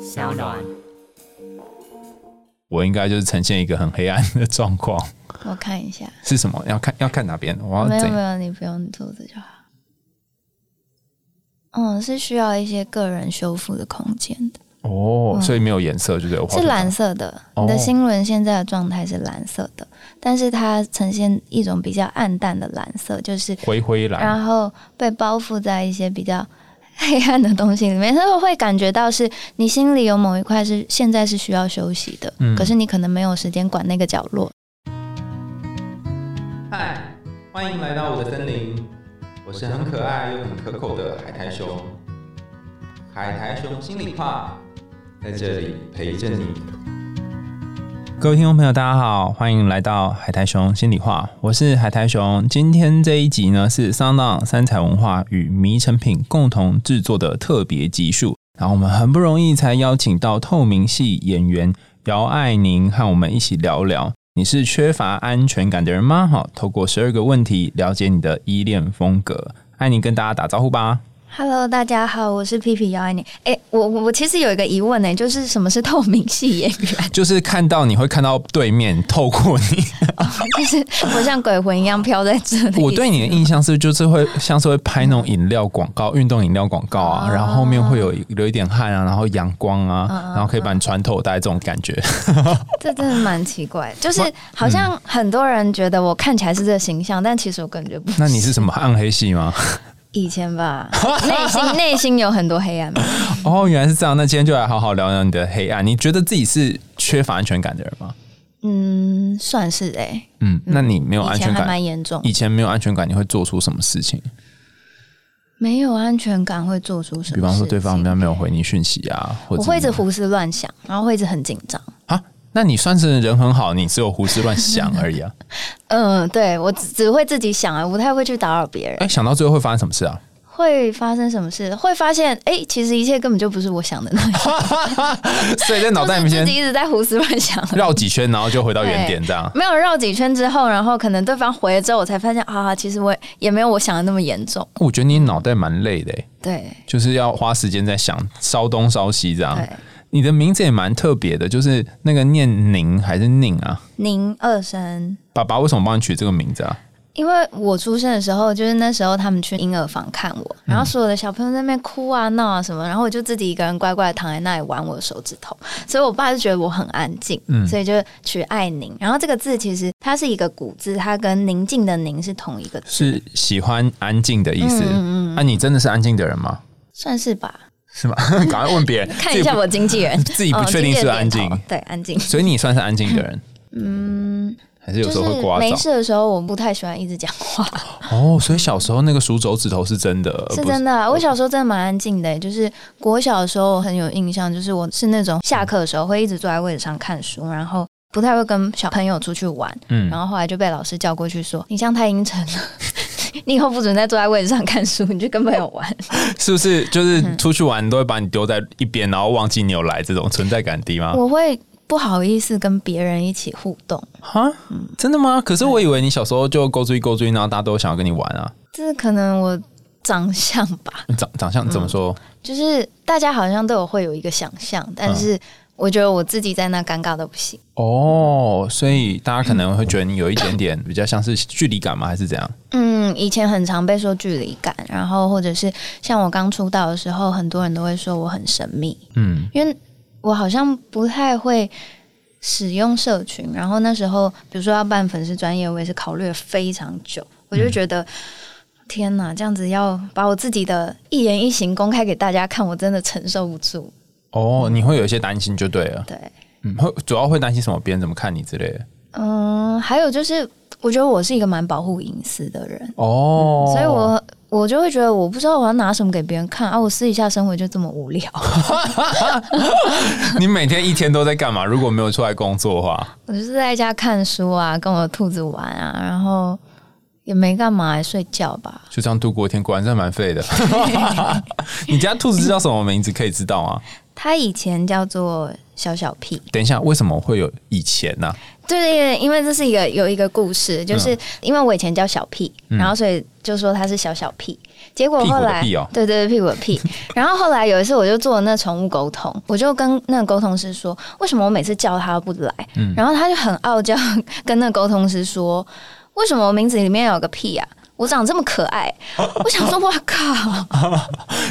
小暖。我应该就是呈现一个很黑暗的状况，我看一下，是什么？要看要看哪边？我要没有哦怎没样？有，你不用做这就好。嗯，是需要一些个人修复的空间的，哦，所以没有颜色，哦就是我画嗯是不蓝到色的。哦你的心轮现在的状态是蓝色的，但是它呈现一种比较暗淡的蓝色，就是灰灰蓝，然后被包覆在一些比较 黑暗的东西里面，所以我会感觉到是你心里有某一块是现在是需要休息的，嗯可是你可能没有时间管那个角落。嗨，欢迎来到我的森林，我是很可爱又很可口的海苔熊。海苔熊心里话，在这里陪着你。各位听众朋友，大家好，欢迎来到海苔熊心里话，我是海苔熊。今天这一集呢是桑浪三彩文化与迷成品共同制作的特别集数，然后我们很不容易才邀请到透明系演员姚爱宁和我们一起聊聊。你是缺乏安全感的人吗？好，透过十二个问题了解你的依恋风格。爱宁跟大家打招呼吧。 Hello，大家好，我是皮皮姚爱你。哎、我我我其实有一个疑问呢、就是什么是透明系演员？就是看到你会看到对面透过 你，啊就是我像鬼魂一样飘在这里。我对你的印象是，就是会像是会拍那种饮料广告、运动饮料广告啊，然后后面会有流一点汗啊，然后阳光啊，然后可以把你穿透，大概这种感觉。 这真的蛮奇怪，就是嗯好像很多人觉得我看起来是这个形象，但其实我感觉不是。那你是什么暗黑系 吗？以前 吧，内心内心有很多黑暗面。哦，原来是这样。那今天就来好好聊聊你的黑暗。你觉得自己是缺乏安全感的人吗？嗯，算是哎、嗯，那你没有安以全前还感，蛮严重以，前没有安全感，你会做出什么事情？没有安全感会做出什么？比方说对方，没有回你讯息啊，或者我会一直怎么胡思乱想，然后会一直很紧张。样啊。那你算是人很好，你只有胡思乱想而已 啊。嗯，对我只只会自己想啊，我不太会去打扰别人。哎、想到最后会发生什么 事啊？会发生什么事？会发现哎、其实一切根本就不是我想的那样，所以在 脑袋里就是自面己一直在胡思乱想。 绕几圈，然后就回到原点，这样。没有绕几圈之后，然后可能对方回了之后，我才发现啊，其实我也没有我想的那么严重。我觉得你脑袋蛮累的欸，对就是要花时间在想烧东烧西这样对。，你的名字也蛮特别的，就是那个念宁还是宁啊？您二声爸爸为什么帮你取这个名字啊？因为我出生的时候，就是那时候他们去婴儿房看我，嗯然后所有的小朋友在那边哭啊、闹啊什么，然后我就自己一个人乖乖地躺在那里玩我的手指头，所以我爸就觉得我很安静，嗯所以就取爱宁。然后这个字其实它是一个古字，它跟宁静的宁是同一个字，是喜欢安静的意思。嗯嗯嗯那、你真的是安静的人吗？算是吧。是吗？ 赶快问别人， 看一下我经纪人，自己不，自己不 确定是不是安静哦经纪人点，头对，安静。所以你算是安静的人，嗯，还是 有就时是候会刮没噪？事的时候，我不太喜欢一直讲话。 哦，所以小时候那个数手指头是哦真的， 呃是而不真的啊、我小时候真的蛮安静的、欸就是国小的时候我很有印象，就是我是那种下课的时候会一直坐在位置上看书，然后不太会跟小朋友出去玩，嗯然后后来就被老师叫过去说：“你像太阴沉了， 你以后不准再坐在位置上看书，你去跟朋友玩。是不是就是出去玩都会把你丢在一边，然后忘记你有来，这种存在感低吗？我会不好意思跟别人一起互动，哈，真的吗？可是我以为你小时候就勾追勾追，然后大家都想要跟你玩啊。嗯这是可能我长相吧，长长相怎么说？嗯就是大家好像对我会有一个想象，但是我觉得我自己在那尴尬到不行。哦，所以大家可能会觉得你有一点点比较像是距离感吗？还是怎样？嗯，以前很常被说距离感，然后或者是像我刚出道的时候，很多人都会说我很神秘，嗯，因为我好像不太会使用社群。然后那时候，比如说要办粉丝专业，我也是考虑了非常久，我就觉得。天哪，这样子要把我自己的一言一行公开给大家看，我真的承受不住。哦，你会有一些担心就对了。对，嗯，会主要会担心什么？别人怎么看你之类的。嗯，还有就是，我觉得我是一个蛮保护隐私的人，哦，嗯所以我我就会觉得我不知道我要拿什么给别人看啊，我私底下生活就这么无聊， 你每天一天都在干嘛？如果没有出来工作的话，我就是在家看书啊，跟我的兔子玩啊，然后也没干嘛，睡觉吧。就这样度过一天，果然是蛮废的。你家兔子叫什么名字？可以知道吗？它以前叫做小小屁。等一下，为什么会有以前呢、对，因为这是一个有一个故事，嗯就是因为我以前叫小屁，然后所以就说他是小小屁。结果后屁股的来，屁哦对对对，屁股的 屁。然后后来有一次，我就做那宠物沟通，我就跟那个沟通师说，为什么我每次叫他不来？嗯然后他就很傲娇， 跟那个沟通师说，为什么我名字里面有个屁啊？我长这么可爱，我想说，哇靠！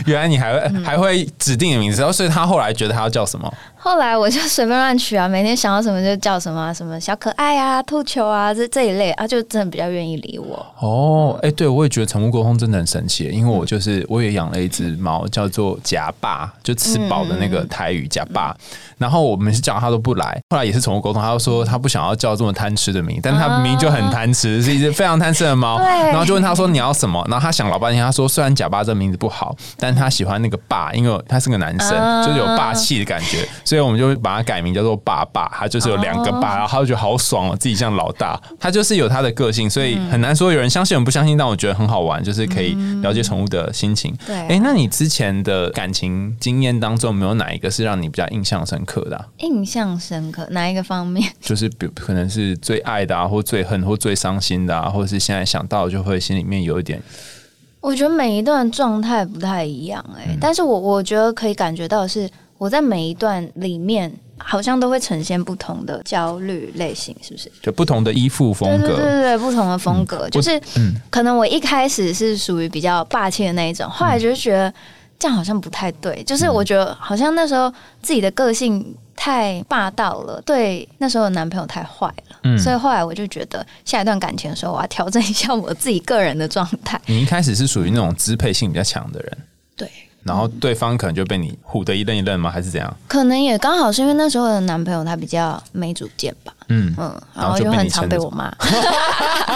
原来你还会、还会指定你的名字，然后所以他后来觉得他要叫什么？后来我就随便乱取啊，每天想到什么就叫什么啊、什么小可爱啊、兔球啊，这这一类啊，就真的比较愿意理我。哦，哎、对我也觉得宠物沟通真的很神奇，因为我就是我也养了一只猫，叫做夹爸，就吃饱的那个台语夹爸。然后我们是叫它都不来，后来也是宠物沟通，它就说它不想要叫这么贪吃的名，但是它明明就很贪吃，是一只非常贪吃的猫。对然后就问它说你要什么，然后它想老半天，它说虽然夹爸这名字不好，但它喜欢那个爸，因为它是个男生，啊就是有霸气的感觉，所以我们就把它改名叫做爸爸，它就是有两个爸，然后它就觉得好爽哦，自己像老大，它就是有它的个性，所以很难说有人相信有人不相信，但我觉得很好玩，就是可以了解宠物的心情。对啊哎、那你之前的感情经验当中，有没有哪一个是让你比较印象深刻的啊、印象深刻哪一个方面？就是比可能是最爱的啊，或最恨，或最伤心的啊，或者是现在想到就会心里面有一点 我觉得每一段状态不太一样哎、但是我我觉得可以感觉到的是我在每一段里面好像都会呈现不同的焦虑类型，是不是？就不同的依附风对格。对对对，对不同的风格，就是嗯可能我一开始是属于比较霸气的那一种，后嗯来就觉得这样好像不太对，就是我觉得好像那时候自己的个性太霸道了，对那时候的男朋友太坏了，嗯所以后来我就觉得下一段感情的时候，我要调整一下我自己个人的状态。你一开始是属于那种支配性比较强的人，对，然后 对方可能就被你唬得一愣一愣吗？还是怎样？可能也刚好是因为那时候的男朋友他比较没主见吧，嗯，嗯，然然后后就被就你很常牵被着哦我骂。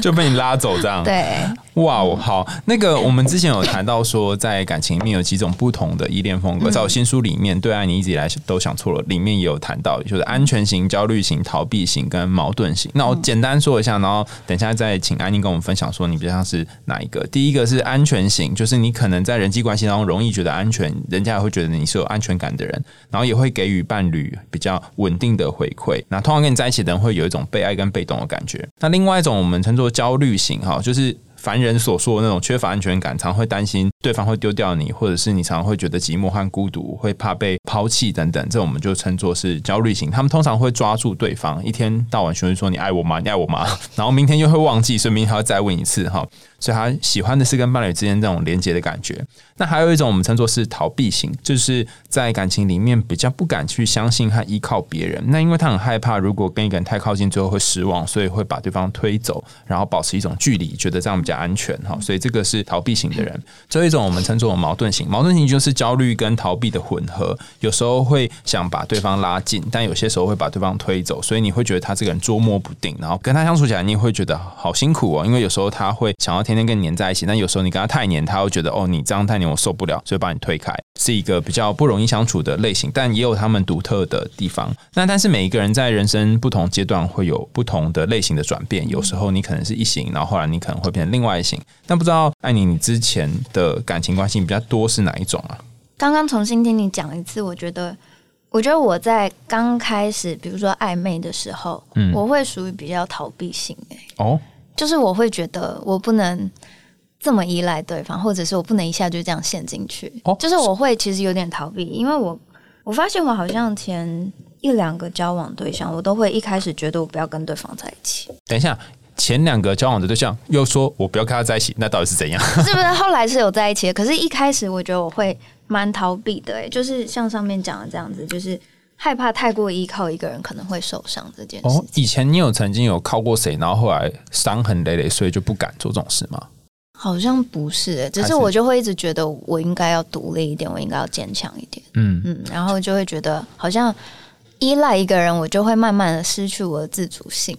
就被你拉走这样。对，哇哦，好，那个我们之前有谈到说，在感情里面有几种不同的依恋风格，在我新书里面《对啊爱你一直以来都想错了》里面也有谈到，就是安全型、焦虑型、逃避型跟矛盾型。那我简单说一下，然后等一下再请安妮跟我们分享说你比较像是哪一个。第一个是安全型，就是你可能在人际关系当中容易觉得安全，人家也会觉得你是有安全感的人，然后也会给予伴侣比较稳定的回馈。那通常跟你在一起的人会有一种被爱跟被动的感觉。那另外一种我们称作焦虑型哈，就是凡人所说的那种缺乏安全感，常会担心对方会丢掉你，或者是你常会觉得寂寞和孤独，会怕被抛弃等等，这我们就称作是焦虑型。他们通常会抓住对方，一天到晚询问说你哎爱我吗？你爱我吗？然后明天又会忘记，所以明天还要再问一次哈。所以他喜欢的是跟伴侣之间这种连接的感觉。那还有一种我们称作是逃避型，就是在感情里面比较不敢去相信和依靠别人。那因为他很害怕，如果跟一个人太靠近，最后会失望，所以会把对方推走，然后保持一种距离，觉得这样比较安全哈。所以这个是逃避型的人。最后一种我们称作矛盾型，矛盾型就是焦虑跟逃避的混合，有时候会想把对方拉近，但有些时候会把对方推走，所以你会觉得他这个人捉摸不定，然后跟他相处起来，你也会觉得好辛苦哦，因为有时候他会想要天天跟你黏在一起，但有时候你跟他太黏，他会觉得哦你这样太黏我受不了，所以把你推开，是一个比较不容易相处的类型，但也有他们独特的地方。那但是每一个人在人生不同阶段会有不同的类型的转变，有时候你可能是一型，然后后来你可能会变成另外一型。但不知道艾妮，你之前的感情关系比较多是哪一种啊？刚刚重新听你讲一次，我觉得，我觉得我在刚开始，比如说暧昧的时候，嗯我会属于比较逃避型、欸，哦，就是我会觉得我不能这么依赖对方，或者是我不能一下就这样陷进去。哦就是我会其实有点逃避，因为我我发现我好像前一两个交往对象，我都会一开始觉得我不要跟对方在一起，等一下，前两个交往的对象又说我不要跟他在一起，那到底是怎样？是不是？后来是有在一起的，可是一开始我觉得我会蛮逃避的、欸，就是像上面讲的这样子，就是害怕太过依靠一个人可能会受伤这件事哦，情。以前你有曾经有靠过谁，然后后来伤痕累累，所以就不敢做这种事吗？好像不是、欸，只还是是我就会一直觉得我应该要独立一点，我应该要坚强一点，嗯，嗯，然后就会觉得好像依赖一个人，我就会慢慢的失去我的自主性。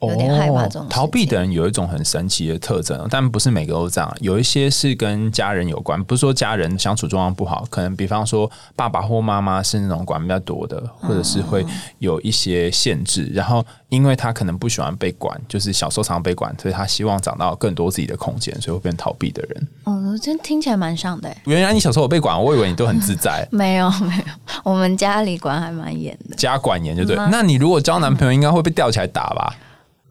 有点害怕这种哦事情逃避的人有一种很神奇的特征，但不是每个都这样。有一些是跟家人有关，不是说家人相处状况不好，可能比方说爸爸或妈妈是那种管比较多的，或者是会有一些限制。然后，因为他可能不喜欢被管，就是小时候常被管，所以他希望长到有更多自己的空间，所以会变逃避的 人。哦，真听起来蛮像的、欸。。原来你小时候有被管，我以为你都很自在没有没有，我们家里管还蛮严的。家管严就对嗯啊。那你如果交男朋友，应该会被吊起来打吧？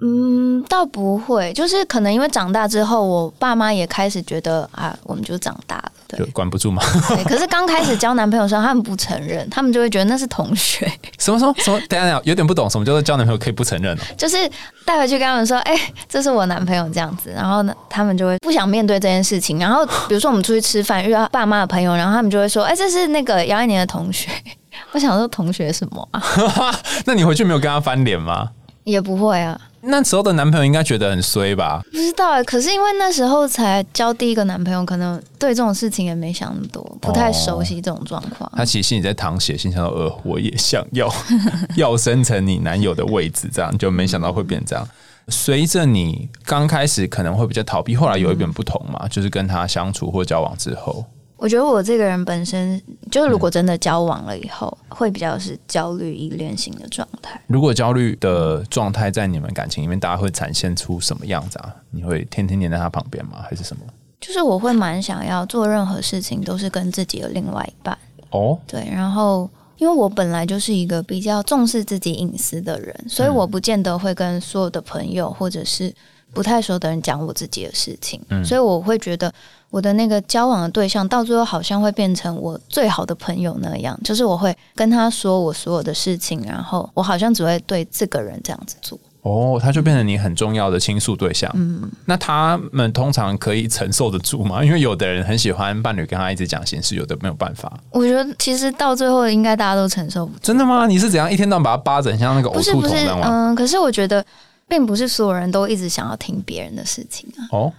嗯，倒不会，就是可能因为长大之后，我爸妈也开始觉得啊，我们就长大了，对就管不住嘛？对。可是刚开始交男朋友的时候，他们不承认，他们就会觉得那是同学， 什么什么什么？等一下等一下，有点不懂，什么叫做交男朋友可以不承认哦？就是带回去跟他们说，哎、这是我男朋友这样子，然后呢，他们就会不想面对这件事情。然后比如说我们出去吃饭遇到爸妈的朋友，然后他们就会说，哎、这是那个姚一宁的同学。 我想说同学什么啊， 那你回去没有跟他翻脸吗？也不会啊，那时候的男朋友应该觉得很衰吧？不知道哎、可是因为那时候才交第一个男朋友，可能对这种事情也没想那么多，不太熟悉这种状况。他其实心里在淌血，心想说：“呃，我也想要 要生成你男友的位置，这样就没想到会变这样。”随着你刚开始可能会比较逃避，后来有一点不同嘛，就是跟他相处或交往之后，我觉得我这个人本身，就如果真的交往了以后，会比较是焦虑依恋型的状态。如果焦虑的状态在你们感情里面，大家会展现出什么样子啊？你会天天黏在他旁边吗？还是什么？就是我会蛮想要做任何事情都是跟自己的另外一半哦，对，然后因为我本来就是一个比较重视自己隐私的人，所以我不见得会跟所有的朋友或者是不太熟的人讲我自己的事情，所以我会觉得我的那个交往的对象到最后好像会变成我最好的朋友那样，就是我会跟他说我所有的事情，然后我好像只会对这个人这样子做。哦，他就变成你很重要的倾诉对象。嗯，那他们通常可以承受得住吗？因为有的人很喜欢伴侣跟他一直讲心事，有的没有办法。我觉得其实到最后应该大家都承受不真的吗？你是怎样一天到晚把他扒着，很像那个不呕是吐不桶是那，样吗？嗯，可是我觉得并不是所有人都一直想要听别人的事情啊。哦，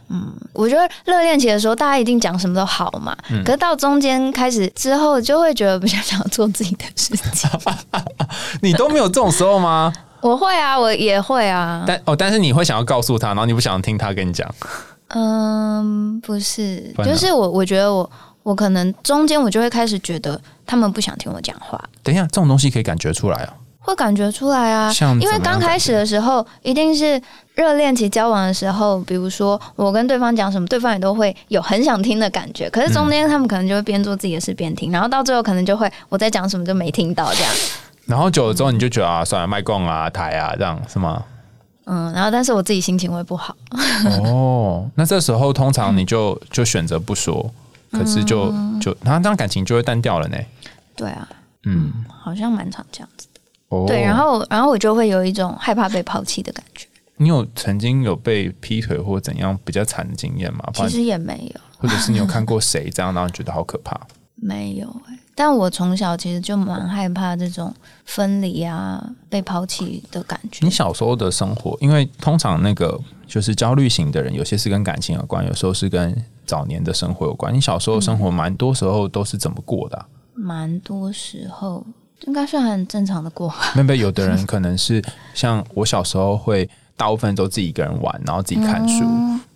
我觉得热恋期的时候，大家一定讲什么都好嘛，嗯可是到中间开始之后，就会觉得比较想做自己的事 情。你都没有这种时候吗？我会啊，我也会啊，但哦，但是你会想要告诉他，然后你不想听他跟你讲。嗯，不是，不然呢就是我，我觉得我，我可能中间我就会开始觉得他们不想听我讲话，等一下，这种东西可以感觉出来哦。会感觉出来啊像，因为怎么样刚开始的时候，一定是热恋期交往的时候，比如说我跟对方讲什么，对方也都会有很想听的感觉。可是中间他们可能就会边做自己的事边听，然后到最后可能就会我在讲什么就没听到这样，然后久了之后，你就觉得啊，算了，卖供啊，台啊，这样是吗？嗯，然后但是我自己心情会不好， 哦，那这时候通常你就就选择不说，嗯可是就就那这样感情就会淡掉了呢。对啊，嗯，好像蛮常这样子，哦，对，然后然后我就会有一种害怕被抛弃的感觉，你有曾经有被劈腿或怎样比较惨的经验吗？不其然实也没有，或者是你有看过谁这样，然后你觉得好可 怕？没有、欸，但我从小其实就蛮害怕这种分离啊、被抛弃的感觉你，小时候的生活，因为通常那个就是焦虑型的人，有些是跟感情有关，有时候是跟早年的生活有关。你小时候生活蛮多时候都是怎么过的啊、嗯蛮多时候应该算很正常的过吧。没有没有，有的人可能是像我小时候会大部分都自己一个人玩，然后自己看书。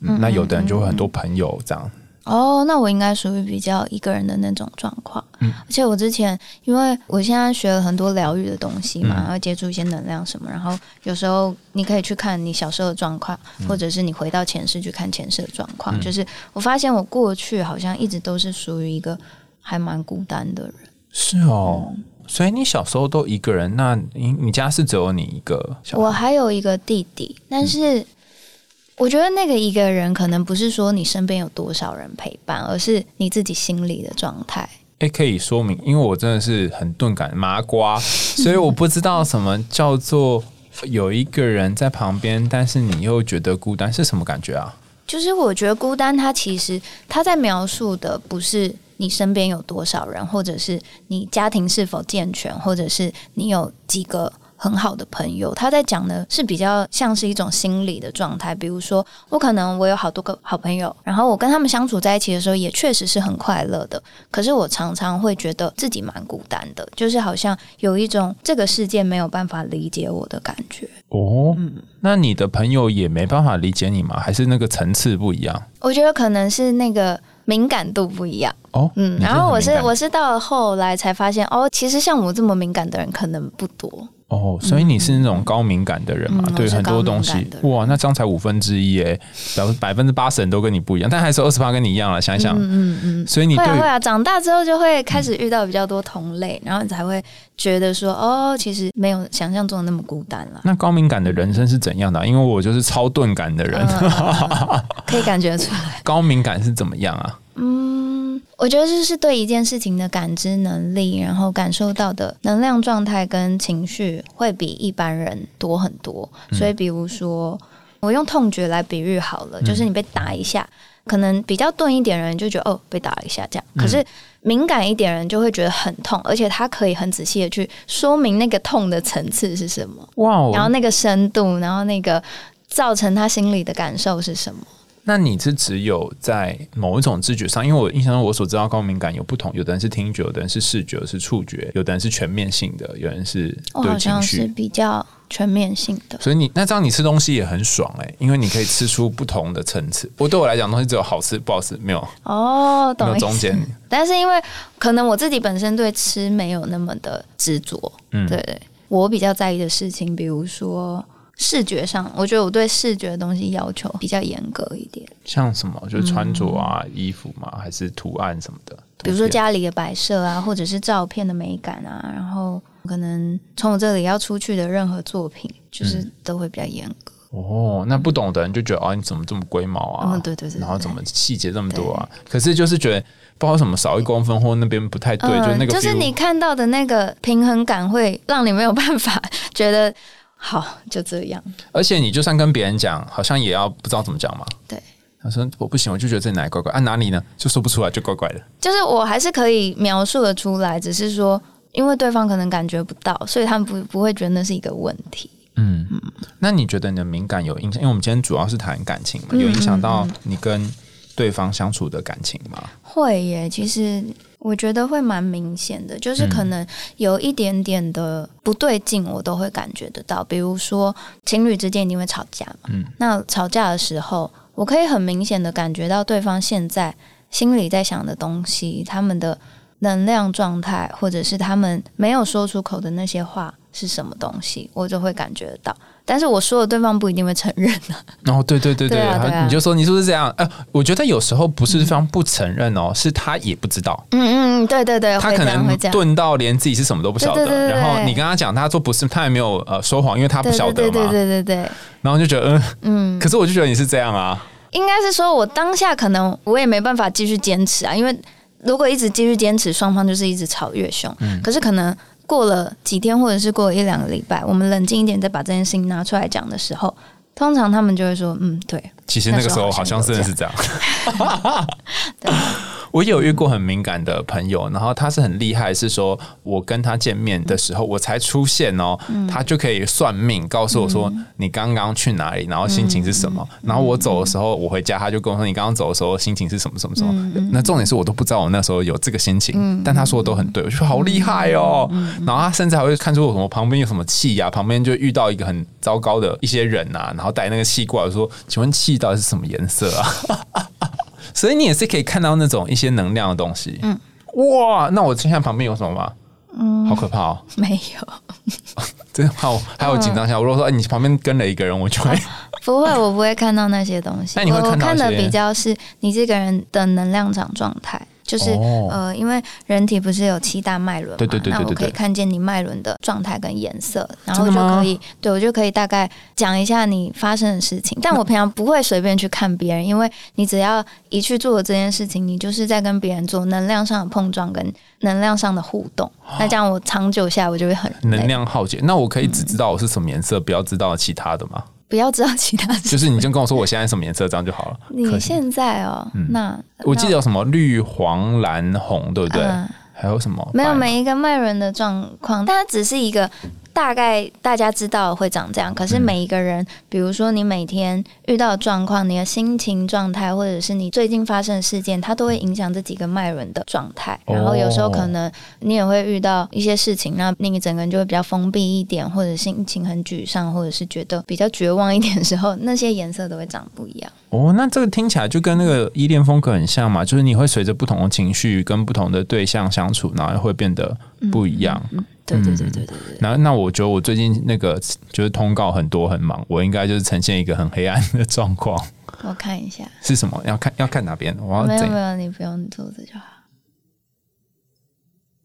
嗯那有的人就会很多朋友这样。哦，那我应该属于比较一个人的那种状况。嗯而且我之前，因为我现在学了很多疗愈的东西嗯嘛，然后接触一些能量什么，然后有时候你可以去看你小时候的状况，嗯或者是你回到前世去看前世的状况。就是我发现我过去好像一直都是属于一个还蛮孤单的人。是哦，嗯所以你小时候都一个人，那你你家是只有你一个小孩？我嗯还有一个弟弟，但是我觉得那个一个人可能不是说你身边有多少人陪伴，而是你自己心里的状态。哎、可以说明，因为我真的是很钝感麻 瓜，所以我不知道什么叫做有一个人在旁边，但是你又觉得孤单是什么感觉啊？就是我觉得孤单，它其实它在描述的不是你身边有多少人，或者是你家庭是否健全，或者是你有几个很好的朋友。他在讲的是比较像是一种心理的状态，比如说我可能我有好多个好朋友，然后我跟他们相处在一起的时候也确实是很快乐的，可是我常常会觉得自己蛮孤单的，就是好像有一种这个世界没有办法理解我的感觉。哦，嗯那你的朋友也没办法理解你吗？还是那个层次不一样？我觉得可能是那个敏感度不一样。哦，嗯，你然后很我敏是感我是到了后来才发现，哦，其实像我这么敏感的人可能不多。哦，所以你是那种高敏感的人嘛？嗯对我是很多东高敏西感，的哇，那这样才五分之一哎，百分百分之八十人都跟你不一样，但还是二十八跟你一样了。想一想，嗯嗯所以你嗯，会对啊会啊，长大之后就会开始遇到比较多同类，然后你才会觉得说，哦，其实没有想象中的那么孤单 啦，那高敏感的人生是怎样的啊、因为我就是超钝感的人，嗯可以感觉出来。 高敏感是怎么样啊？嗯，我觉得这是对一件事情的感知能力，然后感受到的能量状态跟情绪会比一般人多很多。嗯所以，比如说，我用痛觉来比喻好嗯了，就是你被打一下，可能比较钝一点的人就觉得哦被打了一下这样，嗯可是敏感一点人就会觉得很痛，而且他可以很仔细的去说明那个痛的层次是什么，哇然后哦，那个深度，然后那个造成他心里的感受是什么。那你是只有在某一种知觉上，因为我印象中我所知道高敏感有不同，有的人是听觉，有的人是视觉，有的是触觉，有的人是全面性的，有人是我对哦好情像绪是。比较全面性的。所以你那这样你吃东西也很爽哎、因为你可以吃出不同的层次。我对我来讲，东西只有好吃不好吃，没有哦，没懂有意思中间。但是因为可能我自己本身对吃没有那么的执着，嗯 对对，我比较在意的事情，比如说视觉上，我觉得我对视觉的东西要求比较严格一点，像什么就是穿着啊、衣服嘛，还是图案什么的。嗯比如说图片家里的摆设啊，或者是照片的美感啊，然后可能从我这里要出去的任何作品，就是嗯都会比较严格。哦，那不懂的人就觉得哦，你怎么这么龟毛啊？嗯对对对然后怎么细节这么多啊？可是就是觉得不知道什么少一公分或那边不太对，就那个 feel, 嗯呃就是你看到的那个平衡感，会让你没有办法 觉得好就这样。而且你就算跟别人讲，好像也要不知道怎么讲嘛。对。他说：“我不行，我就觉得这里哪里怪怪啊，哪里呢？就说不出来，就怪怪的。就是我还是可以描述的出来，只是说因为对方可能感觉不到，所以他们不不会觉得那是一个问题。嗯，那你觉得你的敏感有影响？因为我们今天主要是谈感情嗯嘛，有影响到你跟对方相处的感情吗？会耶，其实我觉得会蛮明显的，就是可嗯能有一点点的不对劲，我都会感觉得到。比如说情侣之间一定会吵架嘛，嗯那吵架的时候，我可以很明显的感觉到对方现在心里在想的东西，他们的能量状态，或者是他们没有说出口的那些话是什么东西，我就会感觉得到。但是我说了，对方不一定会承认啊。哦，对对对对啊他对啊你就说你是不是这样？呃，我觉得有时候不是对方不承认嗯哦，是他也不知道，嗯嗯，对对对，他会可这样能会这样。钝到连自己是什么都不晓得。对对对对然后你跟他讲，他说不是，他也没有呃说谎，因为他不对晓对得嘛。对对对对对，然后就觉得嗯，嗯。可是我就觉得你是这样啊。应该是说我当下可能我也没办法继续坚持啊，因为如果一直继续坚持，双方就是一直吵越凶。可是可能过了几天，或者是过了一两个礼拜，我们冷静一点，再把这件事情拿出来讲的时候，通常他们就会说：“嗯，对， 其实那个时候好像真的是这样。我也有遇过很敏感的朋友，然后他是很厉害，是说我跟他见面的时候，我才出现哦，他就可以算命告诉我说你刚刚去哪里，然后心情是什么，然后我走的时候我回家，他就跟我说你刚刚走的时候心情是什么什么什么。那重点是我都不知道我那时候有这个心情，但他说的都很对，我就觉得好厉害哦。然后他甚至还会看出我什么旁边有什么气呀、旁边就遇到一个很糟糕的一些人啊，然后带那个气过来我说，请问气到底是什么颜色啊？所以你也是可以看到那种一些能量的东西。嗯，哇，那我看看旁边有什么吗？嗯，好可怕哦！ 没有，真的怕我，还有紧张嗯一下。我如果说，哎、你旁边跟了一个人，我就会、不会，我不会看到那些东西。啊那你会我看我到看的一些比较是你这个人的能量场状态。就是、哦呃，因为人体不是有七大脉轮嘛，对对对对那我对可以对看见你脉轮的状态跟颜色，然后真就的吗可以，对我就可以大概讲一下你发生的事情。但我平常不会随便去看别人，因为你只要一去做这件事情，你就是在跟别人做能量上的碰撞跟能量上的互动。那这样我长久下来，我就会很累啊 能，量耗竭。那我可以只知道我是什么颜色，不要知道其他的吗？不要知道其他事。就是你就跟我说我现在什么颜色，这样就好了。你可惜现在哦，那我记得有什么绿、黄、蓝、红，对不对？嗯还有什么？没有白吗每一个脉轮的状况，但它只是一个大概大家知道会长这样，可是嗯每一个人，比如说你每天遇到的状况、你的心情状态，或者是你最近发生的事件，它都会影响这几个脉轮的状态。哦然后有时候可能你也会遇到一些事情，那你整个人就会比较封闭一点，或者心情很沮丧，或者是觉得比较绝望一点的时候，那些颜色都会长不一样。哦，那这个听起来就跟那个依恋风格很像嘛，就是你会随着不同的情绪跟不同的对象相处，然后会变得不一样。嗯，对对对对对对然后，那我觉得我最近那个就是通告很多很忙，我应该就是呈现一个很黑暗的状况。我看一下，是什么？要看要看哪边？我要没有哦怎没有，你不用做这就好。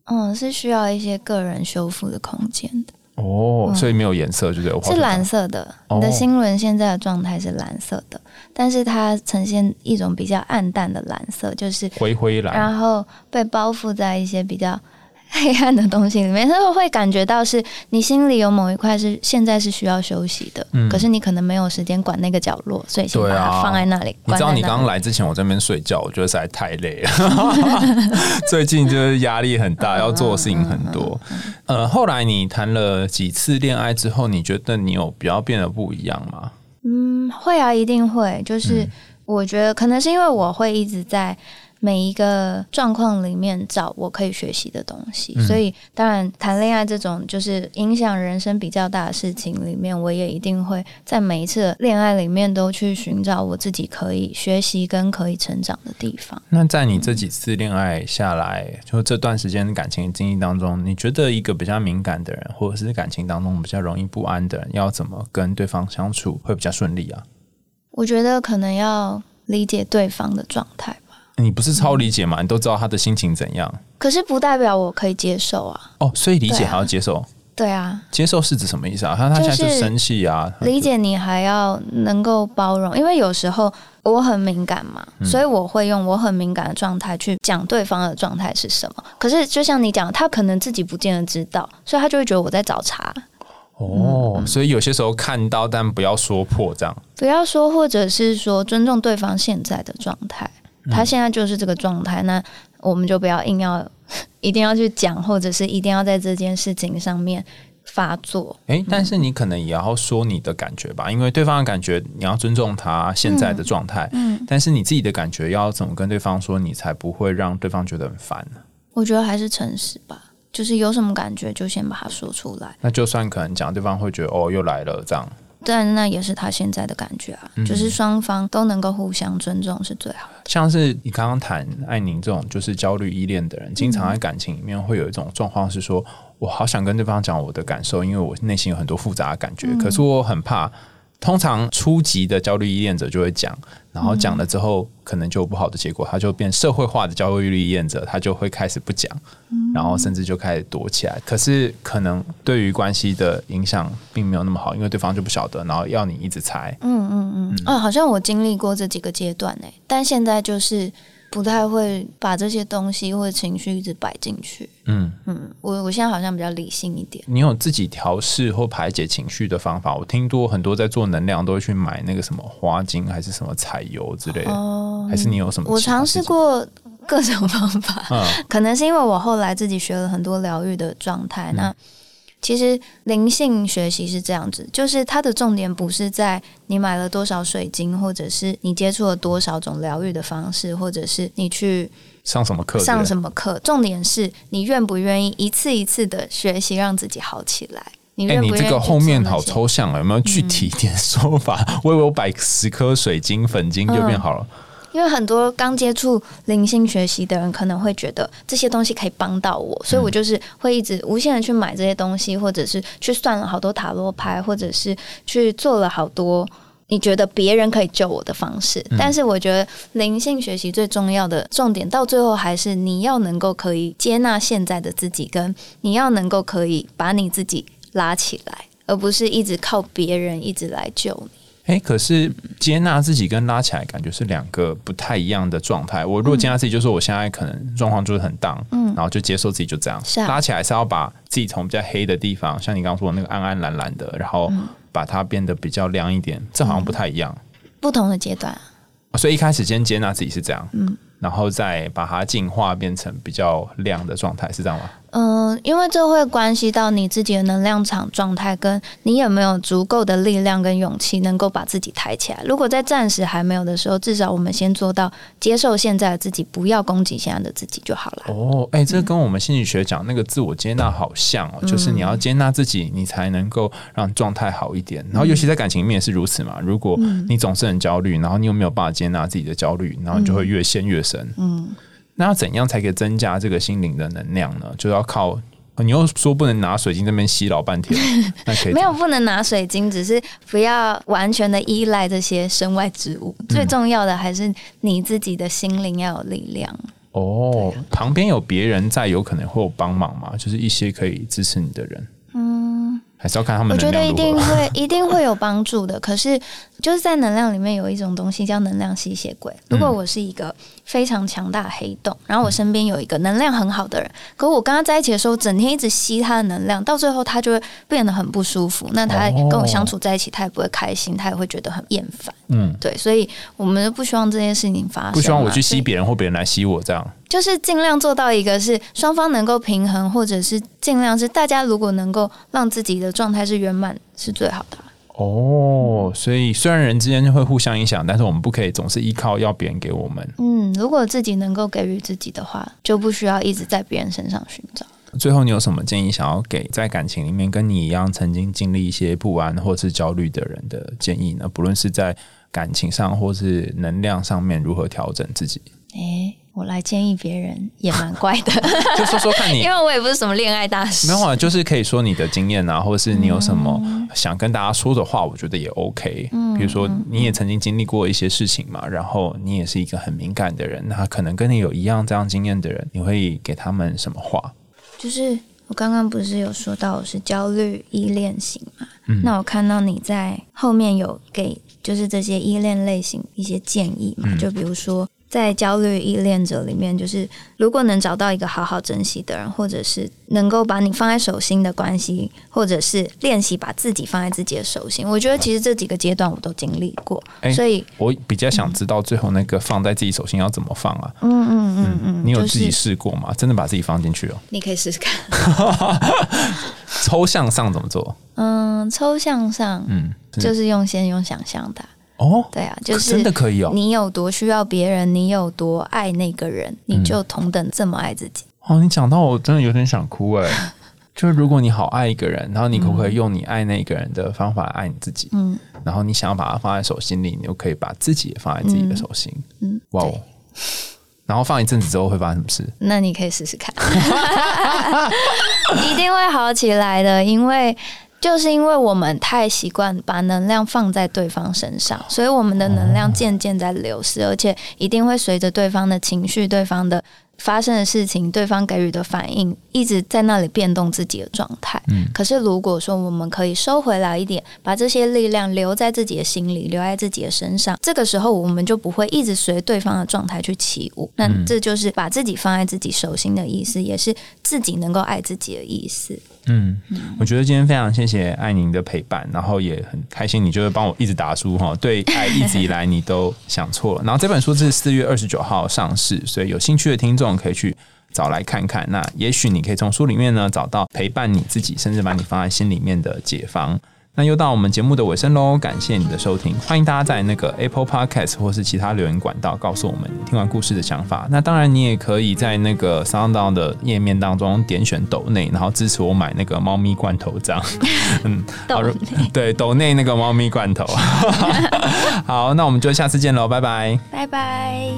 嗯，是需要一些个人修复的空间的。哦，所以没有颜色，就是我画是不到蓝色的，哦你的心轮现在的状态是蓝色的，但是它呈现一种比较暗淡的蓝色，就是灰灰蓝。然后被包覆在一些比较黑暗的东西里面，那会感觉到是你心里有某一块是现在是需要休息的，嗯可是你可能没有时间管那个角落，所以先把对啊它放在那里。你知道关在你那刚里来之前，我在那边睡觉，我觉得实在太累 了。最近就是压力很大，要做的事情很多。嗯呃，后来你谈了几次恋爱之后，你觉得你有比较变得不一样吗？嗯，会啊，一定会。就是我觉得可能是因为我会一直在每一个状况里面找我可以学习的东西，嗯所以当然谈恋爱这种就是影响人生比较大的事情里面，我也一定会在每一次的恋爱里面都去寻找我自己可以学习跟可以成长的地方。那在你这几次恋爱下来，就这段时间的感情经历当中，你觉得一个比较敏感的人，或者是感情当中比较容易不安的人，要怎么跟对方相处会比较顺利啊？我觉得可能要理解对方的状态吧，你不是超理解嘛？你都知道他的心情怎样可是不代表我可以接受啊。哦，所以理解对啊还要接受。对啊，接受是指什么意思啊？他他现在就就是生气啊，理解你还要能够包容，因为有时候我很敏感嘛，所以我会用我很敏感的状态去讲对方的状态是什么。可是就像你讲，他可能自己不见得知道，所以他就会觉得我在找茬。哦，嗯所以有些时候看到但不要说破这样。不要说，或者是说尊重对方现在的状态，他现在就是这个状态，那我们就不要硬要一定要去讲，或者是一定要在这件事情上面发作。诶，但是你可能也要说你的感觉吧，因为对方的感觉你要尊重他现在的状态，嗯，但是你自己的感觉要怎么跟对方说，你才不会让对方觉得很烦？我觉得还是诚实吧，就是有什么感觉就先把它说出来。那就算可能讲对方会觉得哦又来了这样，但那也是他现在的感觉啊，就是双方都能够互相尊重是最好的。像是你刚刚谈艾宁这种就是焦虑依恋的人，经常在感情里面会有一种状况是说，我好想跟对方讲我的感受，因为我内心有很多复杂的感觉，可是我很怕。通常初级的焦虑依恋者就会讲，然后讲了之后，可能就有不好的结果，他就变社会化的焦虑依恋者，他就会开始不讲，然后甚至就开始躲起来。可是可能对于关系的影响并没有那么好，因为对方就不晓得，然后要你一直猜。嗯嗯嗯，哦，好像我经历过这几个阶段呢，但现在就是不太会把这些东西或者情绪一直摆进去。嗯，嗯，我我现在好像比较理性一点。你有自己调试或排解情绪的方法？我听多很多在做能量都会去买那个什么花精还是什么彩油之类的，哦，还是你有什么？我尝试。过各种方法，嗯可能是因为我后来自己学了很多疗愈的状态。嗯那其实灵性学习是这样子，就是它的重点不是在你买了多少水晶，或者是你接触了多少种疗愈的方式，或者是你去上什么课？上么？什么课，重点是你愿不愿意一次一次的学习，让自己好起来。你哎、愿你不愿意这去个做后面好那些抽象啊，有没有嗯具体一点说法？ 我以为我摆十颗水晶粉晶就变好了。因为很多刚接触灵性学习的人可能会觉得这些东西可以帮到我，所以我就是会一直无限的去买这些东西，或者是去算了好多塔罗牌，或者是去做了好多你觉得别人可以救我的方式。但是我觉得灵性学习最重要的重点，到最后还是你要能够可以接纳现在的自己，跟你要能够可以把你自己拉起来，而不是一直靠别人一直来救你。哎、可是接纳自己跟拉起来感觉是两个不太一样的状态。我如嗯果接纳自己，就说我现在可能状况就是很 down，、然后就接受自己就这样。是啊拉起来是要把自己从比较黑的地方，像你刚刚说的那个暗暗蓝蓝的，然后嗯把它变得比较亮一点，这好像不太一样。哦不同的阶段啊，所以一开始先嗯接纳自己是这样，然后再把它进化变成比较亮的状态，是这样吗？嗯，因为这会关系到你自己的能量场状态，跟你有没有足够的力量跟勇气，能够把自己抬起来。如果在暂时还没有的时候，至少我们先做到接受现在的自己，不要攻击现在的自己就好了。哦，哎、这跟我们心理学讲那个自我接纳好像哦，就是你嗯要接纳自己，你才能够让状态好一点。然后，嗯尤其在感情里面也是如此嘛。如果你总是很焦虑，然后你又没有办法接纳自己的焦虑，然后你就会越陷越深。嗯，那要怎样才可以增加这个心灵的能量呢？就要靠。你又说不能拿水晶这边吸老半 天，那可以怎么没有不能拿水晶，只是不要完全的依赖这些身外之物。最重要的还是你自己的心灵要有力量。哦，旁边有别人在，有可能会有帮忙嘛，就是一些可以支持你的人。嗯，还是要看他们我觉能得量一如定何。会一定会有帮助的。可是就是在能量里面有一种东西叫能量吸血鬼。如嗯果我是一个非常强大的黑洞，然后我身边有一个能量很好的人，可我跟他在一起的时候，整天一直吸他的能量，到最后他就会变得很不舒服。那他哦跟我相处在一起，他也不会开心，他也会觉得很厌烦。嗯，对，所以我们不希望这件事情发生嘛，不希望我去所以吸别人或别人来吸我这样。就是尽量做到一个是双方能够平衡，或者是尽量是大家如果能够让自己的状态是圆满，是最好的啊。哦，所以虽然人之间会互相影响，但是我们不可以总是依靠要别人给我们。嗯，如果自己能够给予自己的话，就不需要一直在别人身上寻找。最后，你有什么建议想要给在感情里面跟你一样曾经经历一些不安或是焦虑的人的建议呢？不论是在感情上或是能量上面，如何调整自己，诶、我来建议别人也蛮怪 的，就说说 看你因为我也不是什么恋爱大师哎没有。啊，就是可以说你的经验啊，或者是你有什么想跟大家说的话，我觉得也 OK。比如说你也曾经经历过一些事情嘛，然后你也是一个很敏感的人，那可能跟你有一样这样经验的人，你会给他们什么话？就是我刚刚不是有说到我是焦虑依恋型嘛？嗯那我看到你在后面有给就是这些依恋类型一些建议嗯嘛？就比如说在焦虑依恋者里面，就是如果能找到一个好好珍惜的人，或者是能够把你放在手心的关系，或者是练习把自己放在自己的手心，我觉得其实这几个阶段我都经历过，哎所以我比较想知道最后那个放在自己手心要怎么放啊？嗯嗯嗯嗯，你有就自己是试过吗？真的把自己放进去哦？你可以试试看。抽象上怎么做？嗯，抽象上，嗯，就是用先用想象的啊、哦，对啊，就可是真的可以哦。你有多需要别人，你有多爱那个人，嗯你就同等这么爱自己。哦，你讲到我真的有点想哭哎、就是如果你好爱一个人，然后你可不可以用你爱那个人的方法爱你自己？嗯然后你想要把它放在手心里，你就可以把自己也放在自己的手心。嗯，哇对哦！然后放一阵子之后会发生什么事？那你可以试试看， 一定会好起来的，因为。就是因为我们太习惯把能量放在对方身上，所以我们的能哦量渐渐在流失，而且一定会随着对方的情绪、对方的发生的事情、对方给予的反应，一直在那里变动自己的状态。嗯可是如果说我们可以收回来一点，把这些力量留在自己的心里，留在自己的身上，这个时候我们就不会一直随对方的状态去起舞。那这就是把自己放在自己手心的意思，也是自己能够爱自己的意思。嗯，我觉得今天非常谢谢爱宁的陪伴，然后也很开心，你就是帮我一直打书哈，对爱一直以来你都想错了。然后这本书是四月二十九号上市，所以有兴趣的听众可以去找来看看。那也许你可以从书里面呢找到陪伴你自己，甚至把你放在心里面的解放。那又到我们节目的尾声喽，感谢你的收听，欢迎大家在那个 Apple Podcast 或是其他留言管道告诉我们你听完故事的想法。那当然，你也可以在那个 Sound 的页面当中点选抖内，然后支持我买那个猫咪罐头这样。嗯，好抖对抖内那个 猫咪罐头。好，那我们就下次见喽，拜拜。拜拜。